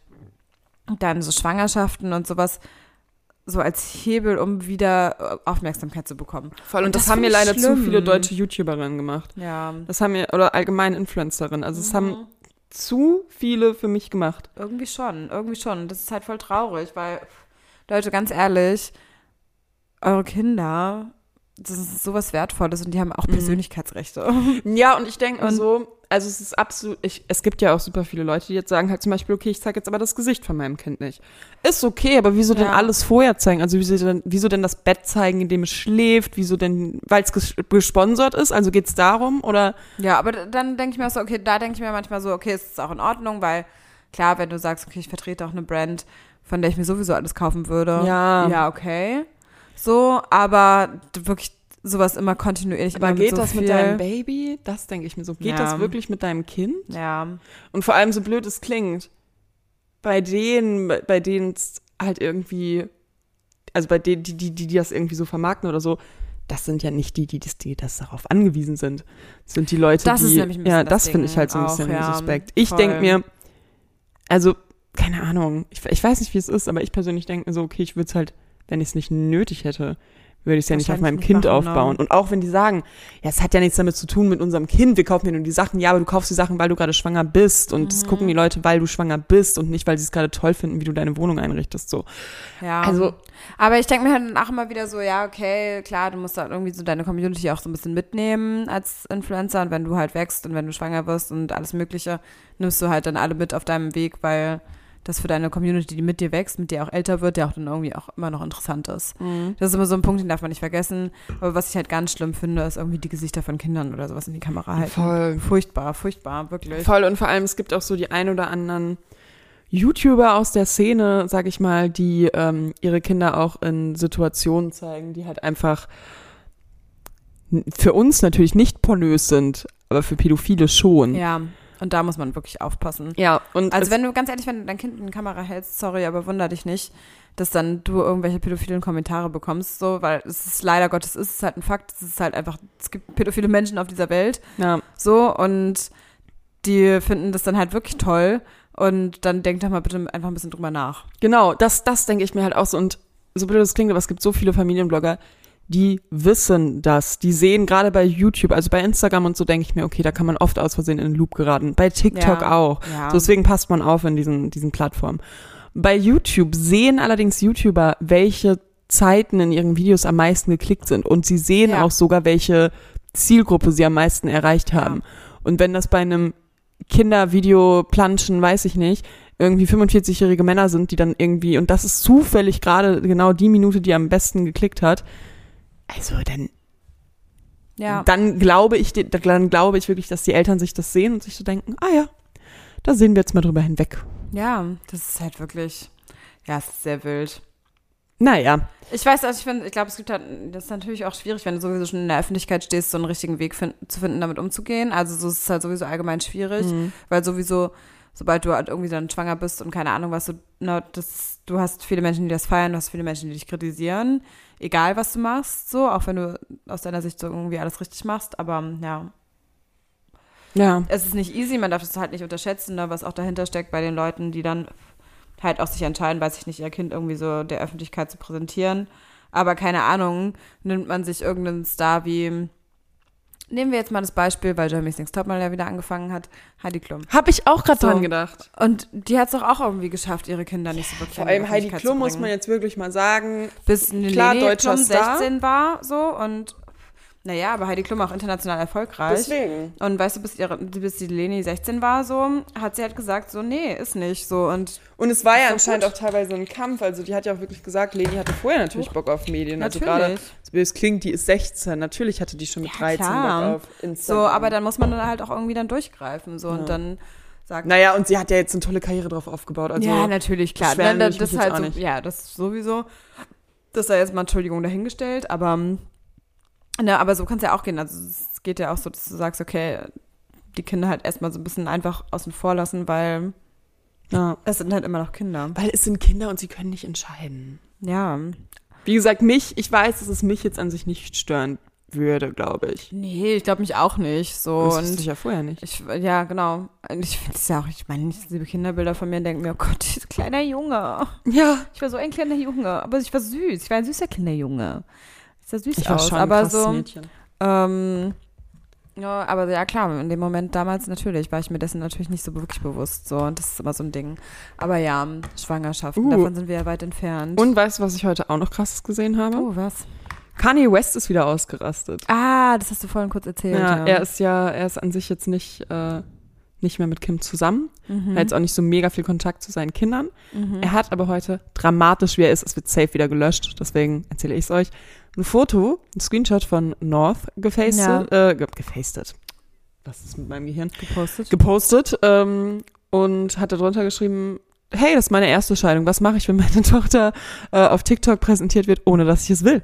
Speaker 2: dann so Schwangerschaften und sowas so als Hebel, um wieder äh, Aufmerksamkeit zu bekommen.
Speaker 1: Voll, und
Speaker 2: und
Speaker 1: das,
Speaker 2: das
Speaker 1: haben mir
Speaker 2: finde ich
Speaker 1: leider zu
Speaker 2: schlimm.
Speaker 1: viele deutsche YouTuberinnen gemacht.
Speaker 2: Ja.
Speaker 1: Das haben mir, oder allgemein Influencerinnen. Also es haben
Speaker 2: Mhm.
Speaker 1: zu viele für mich gemacht.
Speaker 2: Irgendwie schon, irgendwie schon. Und Das ist halt voll traurig, weil, Leute, ganz ehrlich, eure Kinder, das ist sowas Wertvolles und die haben
Speaker 1: Mhm.
Speaker 2: auch Persönlichkeitsrechte.
Speaker 1: Ja, und ich denke mir
Speaker 2: Und-
Speaker 1: so, also es ist absolut, ich, es gibt ja auch super viele Leute, die jetzt sagen halt zum Beispiel, okay, ich zeige jetzt aber das Gesicht von meinem Kind nicht. Ist okay, aber wieso denn
Speaker 2: Ja.
Speaker 1: alles vorher zeigen? Also wieso denn, wieso denn das Bett zeigen, in dem es schläft? Wieso denn, weil es ges gesponsert ist? Also geht's darum? Oder
Speaker 2: Ja, aber d- dann denke ich mir auch so, okay, da denke ich mir manchmal so, okay, es ist auch in Ordnung, weil klar, wenn du sagst, okay, ich vertrete auch eine Brand, von der ich mir sowieso alles kaufen würde.
Speaker 1: Ja.
Speaker 2: Ja, okay. So, aber d- wirklich sowas immer kontinuierlich.
Speaker 1: Aber
Speaker 2: immer
Speaker 1: geht
Speaker 2: so
Speaker 1: das
Speaker 2: viel-
Speaker 1: mit deinem Baby? Das denke ich mir so. Geht
Speaker 2: Ja.
Speaker 1: das wirklich mit deinem Kind?
Speaker 2: Ja.
Speaker 1: Und vor allem, so blöd es klingt, bei denen, bei- bei denen es halt irgendwie, also bei denen, die, die, die, die das irgendwie so vermarkten oder so, das sind ja nicht die, die, die, die das darauf angewiesen sind. Das sind die Leute,
Speaker 2: Das
Speaker 1: die.
Speaker 2: ist nämlich ein bisschen
Speaker 1: ja,
Speaker 2: das
Speaker 1: das finde ich
Speaker 2: Ding
Speaker 1: halt so ein
Speaker 2: auch,
Speaker 1: bisschen
Speaker 2: ja,
Speaker 1: suspekt. Ich
Speaker 2: voll.
Speaker 1: denke mir, also, keine Ahnung, ich, ich weiß nicht, wie es ist, aber ich persönlich denke mir so, okay, ich würde es halt, wenn ich es nicht nötig hätte, würde ich es ja nicht auf meinem
Speaker 2: Wahrscheinlich
Speaker 1: Kind
Speaker 2: nicht machen, ne?
Speaker 1: aufbauen. Und auch wenn die sagen, ja, es hat ja nichts damit zu tun mit unserem Kind, wir kaufen dir nur die Sachen. Ja, aber du kaufst die Sachen, weil du gerade schwanger bist. Und das gucken die Leute, weil du schwanger bist und nicht, weil sie es gerade toll finden, wie du deine Wohnung einrichtest. So.
Speaker 2: Ja.
Speaker 1: Also-
Speaker 2: aber ich denke mir halt auch immer wieder so, ja, okay, klar, du musst halt irgendwie so deine Community auch so ein bisschen mitnehmen als Influencer und wenn du halt wächst und wenn du schwanger wirst und alles Mögliche, nimmst du halt dann alle mit auf deinem Weg, weil das für deine Community, die mit dir wächst, mit dir auch älter wird, der auch dann irgendwie auch immer noch interessant ist.
Speaker 1: Mhm.
Speaker 2: Das ist immer so ein Punkt, den darf man nicht vergessen. Aber was ich halt ganz schlimm finde, ist irgendwie die Gesichter von Kindern oder sowas in die Kamera
Speaker 1: Halt. Voll.
Speaker 2: halten. Furchtbar, furchtbar, wirklich.
Speaker 1: Voll. Und vor allem, es gibt auch so die ein oder anderen YouTuber aus der Szene, sag ich mal, die ähm, ihre Kinder auch in Situationen zeigen, die halt einfach n- für uns natürlich nicht pornös sind, aber für Pädophile schon.
Speaker 2: Ja, und da muss man wirklich aufpassen.
Speaker 1: Ja, und
Speaker 2: Also wenn du ganz ehrlich, wenn du dein Kind in die Kamera hältst, sorry, aber wunder dich nicht, dass dann du irgendwelche pädophilen Kommentare bekommst, so, weil es ist leider Gottes ist es halt ein Fakt, es ist halt einfach, es gibt pädophile Menschen auf dieser Welt,
Speaker 1: ja.
Speaker 2: so und die finden das dann halt wirklich toll und dann denk doch mal bitte einfach ein bisschen drüber nach.
Speaker 1: Genau, das, das denke ich mir halt auch so. Und so blöd es klingt, aber es gibt so viele Familienblogger, die wissen das. Die sehen gerade bei YouTube, also bei Instagram und so, denke ich mir, okay, da kann man oft aus Versehen in den Loop geraten. Bei TikTok
Speaker 2: Ja,
Speaker 1: auch.
Speaker 2: ja.
Speaker 1: So, deswegen passt man auf in diesen, diesen Plattformen. Bei YouTube sehen allerdings YouTuber, welche Zeiten in ihren Videos am meisten geklickt sind. Und sie sehen
Speaker 2: Ja.
Speaker 1: auch sogar, welche Zielgruppe sie am meisten erreicht haben. Und wenn das bei einem Kindervideo planschen, weiß ich nicht, irgendwie 45-jährige Männer sind, die dann irgendwie, und das ist zufällig gerade genau die Minute, die am besten geklickt hat, also dann,
Speaker 2: Ja.
Speaker 1: dann glaube ich, dir- dann glaube ich wirklich, dass die Eltern sich das sehen und sich so denken, ah ja, da sehen wir jetzt mal drüber hinweg.
Speaker 2: Ja, das ist halt wirklich, ja, es ist sehr wild.
Speaker 1: Naja,
Speaker 2: Ich weiß, also ich finde, ich glaube, es gibt halt, das ist natürlich auch schwierig, wenn du sowieso schon in der Öffentlichkeit stehst, so einen richtigen Weg fin zu finden, damit umzugehen. Also so ist es halt sowieso allgemein
Speaker 1: Mhm.
Speaker 2: schwierig,
Speaker 1: Hm.
Speaker 2: weil sowieso, sobald du halt irgendwie dann schwanger bist und keine Ahnung was, du, na, das, du hast viele Menschen, die das feiern, du hast viele Menschen, die dich kritisieren, egal was du machst, so, auch wenn du aus deiner Sicht so irgendwie alles richtig machst, aber ja,
Speaker 1: ja.
Speaker 2: es ist nicht easy, man darf es halt nicht unterschätzen, ne, was auch dahinter steckt bei den Leuten, die dann halt auch sich entscheiden, weiß ich nicht, ihr Kind irgendwie so der Öffentlichkeit zu präsentieren. Aber keine Ahnung, nimmt man sich irgendeinen Star wie, nehmen wir jetzt mal das Beispiel, weil Jeremy's Next Topmodel ja wieder angefangen hat, Heidi Klum.
Speaker 1: Habe ich auch gerade
Speaker 2: So.
Speaker 1: dran gedacht.
Speaker 2: Und die hat es doch auch irgendwie geschafft, ihre Kinder nicht so wirklich
Speaker 1: Vor
Speaker 2: in die
Speaker 1: allem Heidi
Speaker 2: Öffentlichkeit zu
Speaker 1: Klum muss
Speaker 2: bringen.
Speaker 1: man jetzt wirklich mal sagen.
Speaker 2: bis Lene
Speaker 1: Klar,
Speaker 2: Klum
Speaker 1: deutscher Star.
Speaker 2: 16 war so und naja, aber Heidi Klum auch international erfolgreich.
Speaker 1: Deswegen.
Speaker 2: Und weißt du, bis, ihre, bis die Leni 16 war, so, hat sie halt gesagt, so, nee, ist nicht so. Und
Speaker 1: Und es war ja
Speaker 2: doch
Speaker 1: anscheinend
Speaker 2: gut. Oh,
Speaker 1: auch teilweise ein Kampf. Also die hat ja auch wirklich gesagt, Leni hatte vorher natürlich Bock auf Medien. Also gerade,
Speaker 2: Natürlich.
Speaker 1: so wie es klingt, die ist 16. Natürlich hatte die schon mit
Speaker 2: Ja,
Speaker 1: 13
Speaker 2: klar.
Speaker 1: Bock auf Instagram.
Speaker 2: so, aber dann muss man dann halt auch irgendwie dann durchgreifen, so, und dann sagt,
Speaker 1: Naja, und sie hat ja jetzt eine tolle Karriere drauf aufgebaut. Also
Speaker 2: ja, natürlich, klar.
Speaker 1: beschweren
Speaker 2: Nein,
Speaker 1: will ich
Speaker 2: das
Speaker 1: mich
Speaker 2: halt
Speaker 1: jetzt auch
Speaker 2: so,
Speaker 1: nicht.
Speaker 2: ja, das sowieso, das sei jetzt mal, Entschuldigung, dahingestellt, aber, ähm, ne, aber so kann es ja auch gehen, also es geht ja auch so, dass du sagst, okay, die Kinder halt erstmal so ein bisschen einfach außen vor lassen, weil
Speaker 1: ja.
Speaker 2: es sind halt immer noch Kinder.
Speaker 1: Weil es sind Kinder und sie können nicht entscheiden.
Speaker 2: Ja.
Speaker 1: Wie gesagt, mich, ich weiß, dass es mich jetzt an sich nicht stören würde, glaube ich.
Speaker 2: Nee, ich glaube mich auch nicht, so.
Speaker 1: das
Speaker 2: und
Speaker 1: wusste ich ja vorher nicht.
Speaker 2: Ich, ja, genau. Und Ich finde es ja auch, ich meine, ich liebe Kinderbilder von mir und denke mir, oh Gott, dieser kleiner Junge.
Speaker 1: Ja.
Speaker 2: Ich war so ein kleiner Junge, aber ich war süß. Ich war ein süßer kleiner Junge. Ich sah süß
Speaker 1: Ich war
Speaker 2: aus,
Speaker 1: schon
Speaker 2: aber
Speaker 1: ein krasses
Speaker 2: so.
Speaker 1: Mädchen.
Speaker 2: Ähm, ja, aber ja, klar, in dem Moment damals natürlich war ich mir dessen natürlich nicht so wirklich bewusst. So, und das ist immer so ein Ding. Aber ja, Schwangerschaften,
Speaker 1: Uh.
Speaker 2: davon sind wir ja weit entfernt.
Speaker 1: Und weißt du, was ich heute auch noch krasses gesehen habe?
Speaker 2: Oh, was?
Speaker 1: Kanye West ist wieder ausgerastet.
Speaker 2: Ah, das hast du vorhin kurz erzählt.
Speaker 1: Ja, er ist ja, er ist an sich jetzt nicht, äh, nicht mehr mit Kim zusammen.
Speaker 2: Mhm,
Speaker 1: Er hat jetzt auch nicht so mega viel Kontakt zu seinen Kindern. Er hat aber heute dramatisch, wie er ist, es wird safe wieder gelöscht, deswegen erzähle ich es euch, ein Foto, ein Screenshot von North gefastet, äh, ge gefastet. Was ist mit meinem Gehirn?
Speaker 2: gepostet.
Speaker 1: Gepostet ähm, und hat darunter geschrieben, hey, das ist meine erste Scheidung, was mache ich, wenn meine Tochter äh, auf TikTok präsentiert wird, ohne dass ich es will?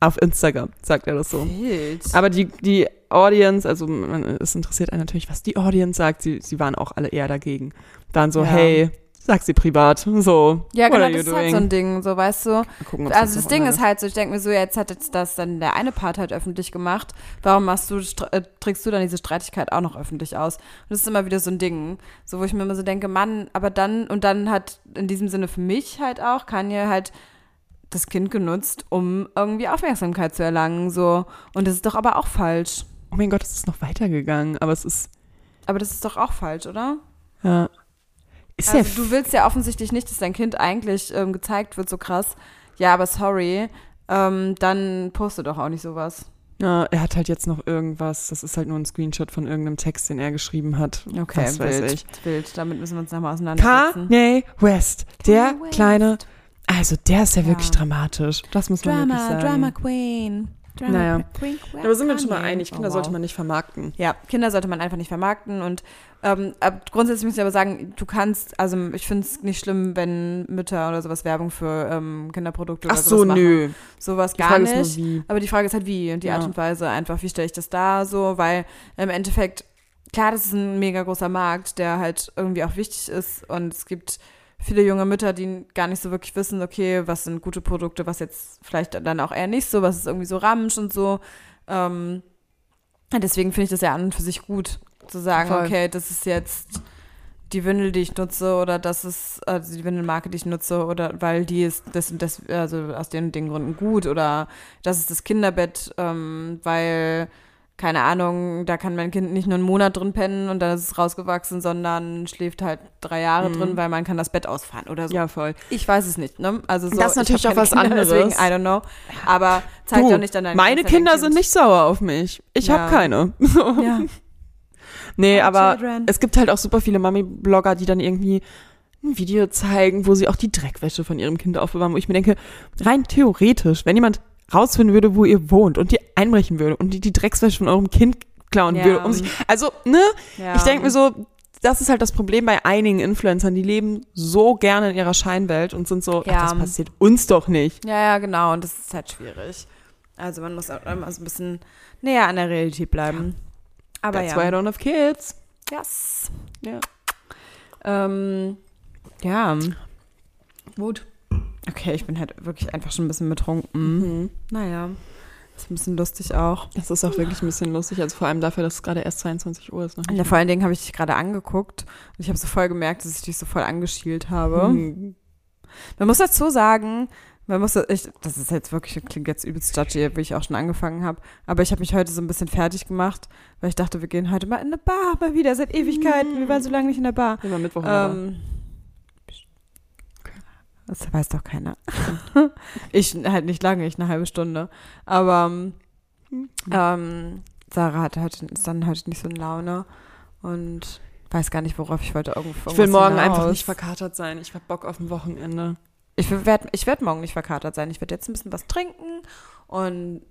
Speaker 1: Auf Instagram, sagt er das so.
Speaker 2: Wild.
Speaker 1: Aber die, die Audience, also man, es interessiert einen natürlich, was die Audience sagt. Sie, sie waren auch alle eher dagegen. Waren so,
Speaker 2: Ja.
Speaker 1: hey, sag sie privat. So,
Speaker 2: Ja,
Speaker 1: what
Speaker 2: genau,
Speaker 1: are you
Speaker 2: das ist halt so
Speaker 1: doing?
Speaker 2: ein Ding, so weißt du.
Speaker 1: Mal gucken, ob's
Speaker 2: Also
Speaker 1: jetzt
Speaker 2: das
Speaker 1: noch
Speaker 2: Ding
Speaker 1: online
Speaker 2: ist halt so, ich denke mir so, jetzt hat jetzt das dann der eine Part halt öffentlich gemacht. Warum machst du, str- äh, trägst du dann diese Streitigkeit auch noch öffentlich aus? Und das ist immer wieder so ein Ding, so wo ich mir immer so denke, Mann, aber dann, und dann hat in diesem Sinne für mich halt auch Kanye halt das Kind genutzt, um irgendwie Aufmerksamkeit zu erlangen, so. Und das ist doch aber auch falsch.
Speaker 1: Oh mein Gott, es ist noch weitergegangen, aber es ist,
Speaker 2: Aber das ist doch auch falsch, oder?
Speaker 1: ja. Ist ja,
Speaker 2: Also du willst ja offensichtlich nicht, dass dein Kind eigentlich ähm, gezeigt wird, so krass. Ja, aber sorry, ähm, dann poste doch auch nicht sowas.
Speaker 1: ja, er hat halt jetzt noch irgendwas, das ist halt nur ein Screenshot von irgendeinem Text, den er geschrieben hat.
Speaker 2: Okay,
Speaker 1: das weiß
Speaker 2: wild,
Speaker 1: ich.
Speaker 2: wild. Damit müssen wir uns nochmal auseinandersetzen.
Speaker 1: Kanye West, der
Speaker 2: Kanye West.
Speaker 1: kleine, also der ist ja,
Speaker 2: Ja.
Speaker 1: wirklich dramatisch. Das muss man wirklich
Speaker 2: Drama,
Speaker 1: sagen.
Speaker 2: Drama Queen. Drama
Speaker 1: Naja.
Speaker 2: Queen,
Speaker 1: Aber sind wir uns schon mal
Speaker 2: Kanye.
Speaker 1: einig, Kinder
Speaker 2: Oh,
Speaker 1: sollte
Speaker 2: wow.
Speaker 1: man nicht vermarkten.
Speaker 2: Ja, Kinder sollte man einfach nicht vermarkten und ähm, ab, grundsätzlich muss ich aber sagen, du kannst, also ich finde es nicht schlimm, wenn Mütter oder sowas Werbung für ähm, Kinderprodukte
Speaker 1: Ach
Speaker 2: oder
Speaker 1: so,
Speaker 2: sowas machen.
Speaker 1: nö.
Speaker 2: Sowas
Speaker 1: Die
Speaker 2: gar
Speaker 1: Frage ist
Speaker 2: nicht.
Speaker 1: nur, wie.
Speaker 2: Aber die Frage ist halt, wie, die
Speaker 1: Mhm. Ja.
Speaker 2: Art und Weise einfach, wie stelle ich das da so, weil im Endeffekt, klar, das ist ein mega großer Markt, der halt irgendwie auch wichtig ist und es gibt viele junge Mütter, die gar nicht so wirklich wissen, okay, was sind gute Produkte, was jetzt vielleicht dann auch eher nicht so, was ist irgendwie so Ramsch und so. Ähm, deswegen finde ich das ja an und für sich gut, zu sagen,
Speaker 1: Voll.
Speaker 2: okay, das ist jetzt die Windel, die ich nutze oder das ist also die Windelmarke, die ich nutze oder weil die ist das und das, also aus den und den Gründen gut oder das ist das Kinderbett, ähm, weil, keine Ahnung, da kann mein Kind nicht nur einen Monat drin pennen und dann ist es rausgewachsen, sondern schläft halt drei Jahre drin, weil man kann das Bett ausfahren oder so.
Speaker 1: Mhm. Ja, voll.
Speaker 2: Ich weiß es nicht, ne? Also so,
Speaker 1: Das ist
Speaker 2: ich
Speaker 1: natürlich
Speaker 2: hab keine
Speaker 1: auch was anderes.
Speaker 2: Deswegen, I don't know. Aber zeig
Speaker 1: Du,
Speaker 2: doch nicht dann deine
Speaker 1: meine
Speaker 2: Kids, dein
Speaker 1: Kinder
Speaker 2: Kind.
Speaker 1: sind nicht sauer auf mich. Ich
Speaker 2: Ja.
Speaker 1: habe keine.
Speaker 2: Ja.
Speaker 1: Nee,
Speaker 2: Our
Speaker 1: aber
Speaker 2: children.
Speaker 1: es gibt halt auch super viele Mami-Blogger, die dann irgendwie ein Video zeigen, wo sie auch die Dreckwäsche von ihrem Kind aufbewahren, wo ich mir denke, rein theoretisch, wenn jemand rausfinden würde, wo ihr wohnt und ihr einbrechen würde und die, die Dreckswäsche von eurem Kind klauen
Speaker 2: Ja.
Speaker 1: würde, um sich, also, ne,
Speaker 2: Ja.
Speaker 1: ich denke mir so, das ist halt das Problem bei einigen Influencern. Die leben so gerne in ihrer Scheinwelt und sind so,
Speaker 2: Ja.
Speaker 1: ach, das passiert uns doch nicht.
Speaker 2: Ja, ja, genau. Und das ist halt schwierig. Also man muss auch immer so ein bisschen näher an der Realität bleiben. Aber
Speaker 1: That's why I
Speaker 2: ja.
Speaker 1: don't have kids.
Speaker 2: Yes.
Speaker 1: Ja.
Speaker 2: Ähm, ja. Gut. Okay, ich bin halt wirklich einfach schon ein bisschen betrunken. Naja. Ist ein bisschen lustig auch.
Speaker 1: Mhm. Das ist auch wirklich ein bisschen lustig. Also vor allem dafür, dass es gerade erst 22 Uhr ist. ne? Noch
Speaker 2: Ja, vor allen Dingen habe ich dich gerade angeguckt und ich habe so voll gemerkt, dass ich dich so voll angeschielt habe.
Speaker 1: Hm.
Speaker 2: Man muss dazu sagen, man muss, ich, das ist jetzt wirklich, das klingt jetzt übelst judgy, wie ich auch schon angefangen habe, aber ich habe mich heute so ein bisschen fertig gemacht, weil ich dachte, wir gehen heute mal in eine Bar, mal wieder, seit Ewigkeiten, wir waren so lange nicht in der Bar.
Speaker 1: Immer Mittwoch. Ähm,
Speaker 2: Ähm, das weiß doch keiner. ich halt nicht lange, ich eine halbe Stunde. Aber ähm, Sarah hat heute, ist dann heute nicht so eine Laune und weiß gar nicht, worauf ich heute irgendwo
Speaker 1: ich will morgen einfach
Speaker 2: hinaus.
Speaker 1: nicht verkatert sein. Ich hab Bock auf ein Wochenende.
Speaker 2: Ich werde ich werd morgen nicht verkatert sein. Ich werde jetzt ein bisschen was trinken und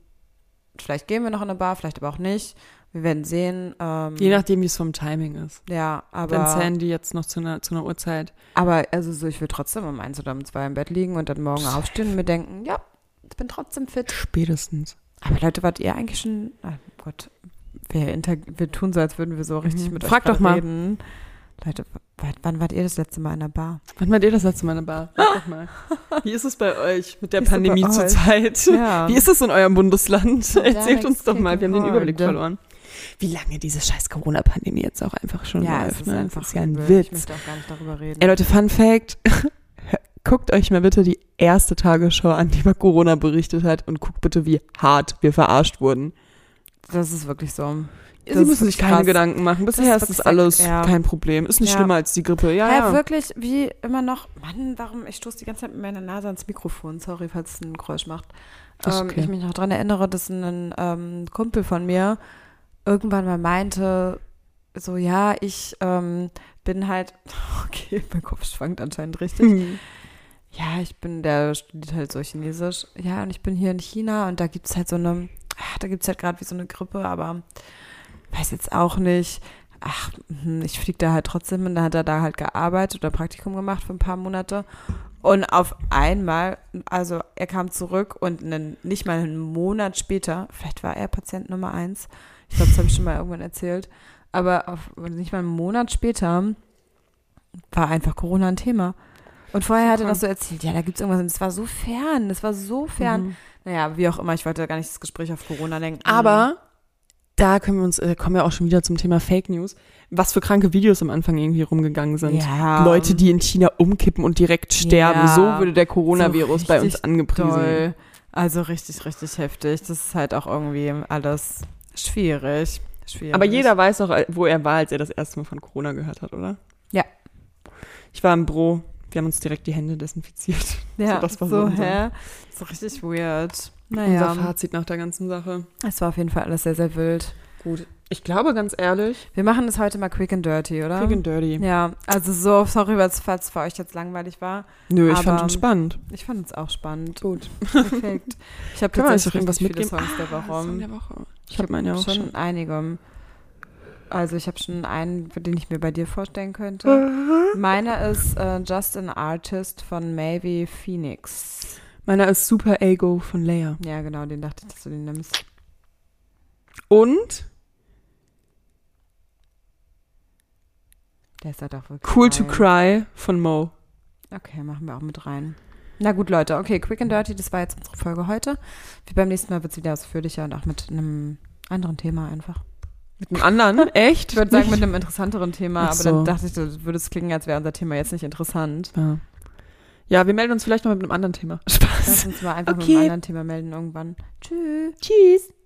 Speaker 2: vielleicht gehen wir noch in eine Bar, vielleicht aber auch nicht. Wir werden sehen. Ähm,
Speaker 1: Je nachdem, wie es vom Timing ist.
Speaker 2: Ja,
Speaker 1: Wenn
Speaker 2: aber,
Speaker 1: Sandy jetzt noch zu einer, zu einer Uhrzeit.
Speaker 2: aber also so, ich will trotzdem um eins oder um zwei im Bett liegen und dann morgen
Speaker 1: Safe.
Speaker 2: aufstehen und mir denken, ja, ich bin trotzdem fit.
Speaker 1: Spätestens.
Speaker 2: Aber Leute, wart ihr eigentlich schon, ah, Gott, wir, inter, wir tun so, als würden wir so richtig
Speaker 1: Mhm.
Speaker 2: mit
Speaker 1: Frag
Speaker 2: euch
Speaker 1: doch
Speaker 2: gerade
Speaker 1: mal.
Speaker 2: reden. Leute, w- wann wart ihr das letzte Mal in einer Bar?
Speaker 1: Wann wart ihr das letzte Mal in der Bar? Sag doch mal. Wie ist es bei euch mit der
Speaker 2: Wie ist es bei
Speaker 1: Pandemie
Speaker 2: euch?
Speaker 1: zurzeit?
Speaker 2: Ja.
Speaker 1: Wie ist es in eurem Bundesland? Erzählt uns doch mal, wir haben den
Speaker 2: kicking
Speaker 1: Überblick
Speaker 2: hard.
Speaker 1: verloren. Wie lange diese scheiß Corona-Pandemie jetzt auch einfach schon
Speaker 2: ja,
Speaker 1: läuft,
Speaker 2: es ist
Speaker 1: ne?
Speaker 2: einfach
Speaker 1: das ist ja ein
Speaker 2: übel.
Speaker 1: Witz.
Speaker 2: Ich möchte auch gar nicht darüber reden.
Speaker 1: Ey Leute, Fun Fact. Guckt euch mal bitte die erste Tagesschau an, die über Corona berichtet hat und guckt bitte, wie hart wir verarscht wurden.
Speaker 2: Das ist wirklich so. Das
Speaker 1: Sie
Speaker 2: ist
Speaker 1: müssen sich
Speaker 2: wirklich
Speaker 1: keine
Speaker 2: krass.
Speaker 1: Gedanken machen. Bisher
Speaker 2: ist
Speaker 1: ist es
Speaker 2: wirklich
Speaker 1: alles
Speaker 2: sehr- ja.
Speaker 1: kein Problem. Ist nicht
Speaker 2: Ja.
Speaker 1: schlimmer als die Grippe. Ja,
Speaker 2: Ja,
Speaker 1: ja.
Speaker 2: wirklich, wie immer noch. Mann, warum? Ich stoße die ganze Zeit mit meiner Nase ans Mikrofon. Sorry, falls es ein Geräusch macht.
Speaker 1: Ist
Speaker 2: Ähm,
Speaker 1: okay.
Speaker 2: Ich mich noch daran erinnere, dass ein ähm, Kumpel von mir irgendwann mal meinte, so, ja, ich ähm, bin halt. Okay, mein Kopf schwankt anscheinend richtig.
Speaker 1: Hm.
Speaker 2: Ja, ich bin, der studiert halt so Chinesisch. Ja, und ich bin hier in China und da gibt es halt so eine, ah, da gibt es halt gerade wie so eine Grippe, aber weiß jetzt auch nicht. Ach, hm, ich fliege da halt trotzdem und dann hat er da halt gearbeitet oder Praktikum gemacht für ein paar Monate. Und auf einmal, also er kam zurück und einen, nicht mal einen Monat später, vielleicht war er Patient Nummer eins, ich glaube, das habe ich schon mal irgendwann erzählt, aber auf, nicht mal einen Monat später war einfach Corona ein Thema. Und vorher hat er noch so erzählt, ja, da gibt es irgendwas, und es war so fern, es war so fern.
Speaker 1: Mhm.
Speaker 2: Naja, wie auch immer, ich wollte gar nicht das Gespräch auf Corona lenken.
Speaker 1: Aber da können wir uns, äh, kommen wir auch schon wieder zum Thema Fake News. Was für kranke Videos am Anfang irgendwie rumgegangen sind.
Speaker 2: ja,
Speaker 1: Leute, die in China umkippen und direkt sterben.
Speaker 2: Ja.
Speaker 1: So würde der Coronavirus bei uns
Speaker 2: richtig
Speaker 1: angepriesen.
Speaker 2: Doll. Also richtig, richtig heftig. Das ist halt auch irgendwie alles schwierig. schwierig.
Speaker 1: Aber jeder weiß auch, wo er war, als er das erste Mal von Corona gehört hat, oder?
Speaker 2: Ja.
Speaker 1: Ich war im Bro. Wir haben uns direkt die Hände desinfiziert.
Speaker 2: ja,
Speaker 1: so,
Speaker 2: so,
Speaker 1: das war
Speaker 2: so
Speaker 1: Wahnsinn.
Speaker 2: hä? So richtig weird.
Speaker 1: Unser
Speaker 2: Naja,
Speaker 1: Fazit nach der ganzen Sache.
Speaker 2: es war auf jeden Fall alles sehr, sehr wild.
Speaker 1: Gut. Ich glaube, ganz ehrlich,
Speaker 2: Wir machen das heute mal quick and dirty, oder?
Speaker 1: quick and dirty.
Speaker 2: ja, also so, sorry, was- falls es für euch jetzt langweilig war.
Speaker 1: Nö, ich
Speaker 2: Aber-
Speaker 1: fand uns spannend.
Speaker 2: Ich fand es auch spannend.
Speaker 1: Gut.
Speaker 2: Perfekt. Ich habe
Speaker 1: Kann man uns
Speaker 2: tatsächlich
Speaker 1: noch irgendwas
Speaker 2: irgendwas viele
Speaker 1: mitgeben? Ah,
Speaker 2: Songs der Woche.
Speaker 1: Song der Woche. Ich habe meine ja auch
Speaker 2: schon,
Speaker 1: schon.
Speaker 2: einige. um, Also ich habe schon einen, den ich mir bei dir vorstellen
Speaker 1: Mhm.
Speaker 2: könnte. Meiner ist äh, Just an Artist von Maybe Phoenix.
Speaker 1: Meiner ist Super Ego von Leia.
Speaker 2: Ja, genau, den dachte ich, dass du den nimmst.
Speaker 1: Und
Speaker 2: Der ist halt auch wirklich
Speaker 1: Cool
Speaker 2: geil.
Speaker 1: to Cry von Mo.
Speaker 2: Okay, machen wir auch mit rein. Na gut, Leute, okay, Quick and Dirty, das war jetzt unsere Folge heute. Wie beim nächsten Mal wird es wieder ausführlicher und auch mit einem anderen Thema einfach.
Speaker 1: Mit einem anderen? Echt?
Speaker 2: Ich würde sagen, mit einem interessanteren Thema,
Speaker 1: Ach
Speaker 2: aber dann
Speaker 1: so.
Speaker 2: dachte ich, das würde es klingen, als wäre unser Thema jetzt nicht interessant.
Speaker 1: ja. ja, wir melden uns vielleicht noch mit einem anderen Thema. Spaß.
Speaker 2: Lass uns mal einfach mit
Speaker 1: Okay.
Speaker 2: einem anderen Thema melden irgendwann. Tschüss.
Speaker 1: Tschüss.